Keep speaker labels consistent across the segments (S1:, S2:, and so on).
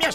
S1: das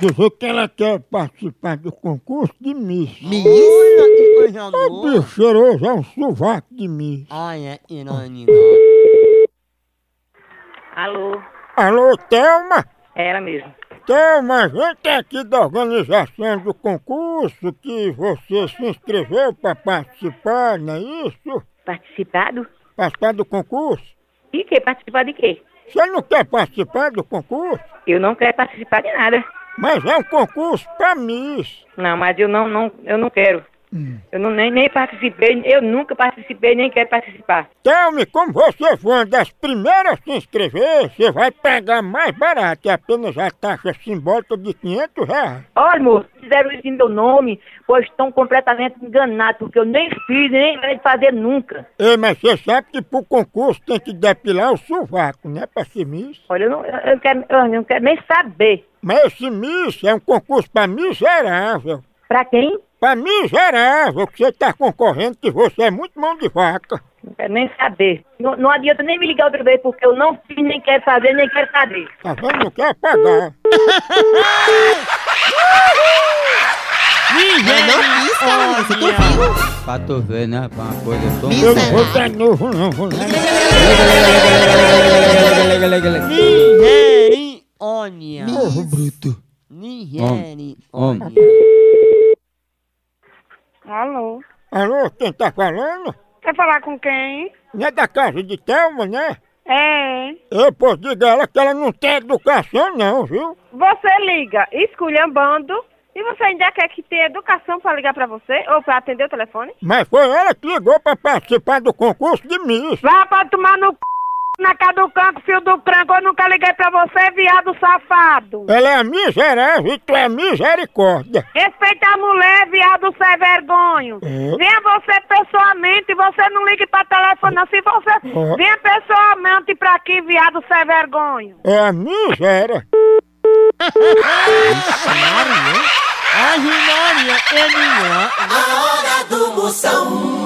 S2: dizer que ela quer participar do concurso de Miss.
S3: Menina, que coisa
S2: O
S3: louca.
S2: bicho cheiroso é um sovaco de Miss.
S3: Olha, irônico.
S4: Alô,
S2: Alô, Thelma?
S4: era mesmo.
S2: Thelma, a gente é aqui da organização do concurso que você se inscreveu para participar, não é isso?
S4: Participado?
S2: Participar do concurso?
S4: De quê? Participar de quê?
S2: Você não quer participar do concurso?
S4: Eu não quero participar de nada.
S2: Mas é um concurso para Miss.
S4: Não, mas eu não, não, eu não quero. Eu não, nem, nem participei, eu nunca participei, nem quero participar.
S2: Thelma, como você foi uma das primeiras a se inscrever, você vai pagar mais barato, é apenas a taxa simbólica de 500 reais.
S4: Olha, moço, fizeram isso em meu nome, pois estão completamente enganados, porque eu nem fiz, nem vai fazer nunca.
S2: Ei, mas você sabe que pro concurso tem que depilar o sovaco, né, pra ser Miss?
S4: Olha, eu não, eu, eu quero, eu não quero nem saber.
S2: Mas esse Miss é um concurso pra miserável.
S4: Pra quem?
S2: Pra miserável, que você tá concorrendo que você é muito mão de vaca.
S4: Não quero nem saber. Não, não adianta nem me ligar outra vez, porque eu não fiz, nem quero fazer, nem quero saber.
S2: Tá vendo? Não quer pagar.
S3: Mas não quis, cara. Você tu viu?
S5: Pra tu ver, né? Pra uma coisa tão...
S2: Eu
S3: Miserável.
S2: não vou dar novo, né? não, vou lá.
S3: Nigeriônia.
S5: Porro bruto. Homem.
S3: Nigeriônia.
S6: Alô?
S2: Alô, quem tá falando?
S6: Quer falar com quem?
S2: Não é da casa de Thelma, né?
S6: É.
S2: Eu posso diga a ela que ela não tem educação, não, viu?
S6: Você é liga esculhambando e você ainda quer que tenha educação pra ligar pra você ou pra atender o telefone?
S2: Mas foi ela que ligou pra participar do concurso de Miss.
S6: Vá pra tomar no c... na cara do canto, fio do cranco. Eu nunca liguei pra você, viado safado.
S2: Ela é miserável e tu é misericórdia.
S6: Respeita a mulher, viado sem vergonho.
S2: É.
S6: Venha você pessoalmente, você não ligue pra telefone, não. Se você.
S2: É.
S6: Venha pessoalmente pra aqui, viado sem vergonho.
S2: É a miséria.
S3: Maria. A Maria é minha.
S7: A hora do Moção.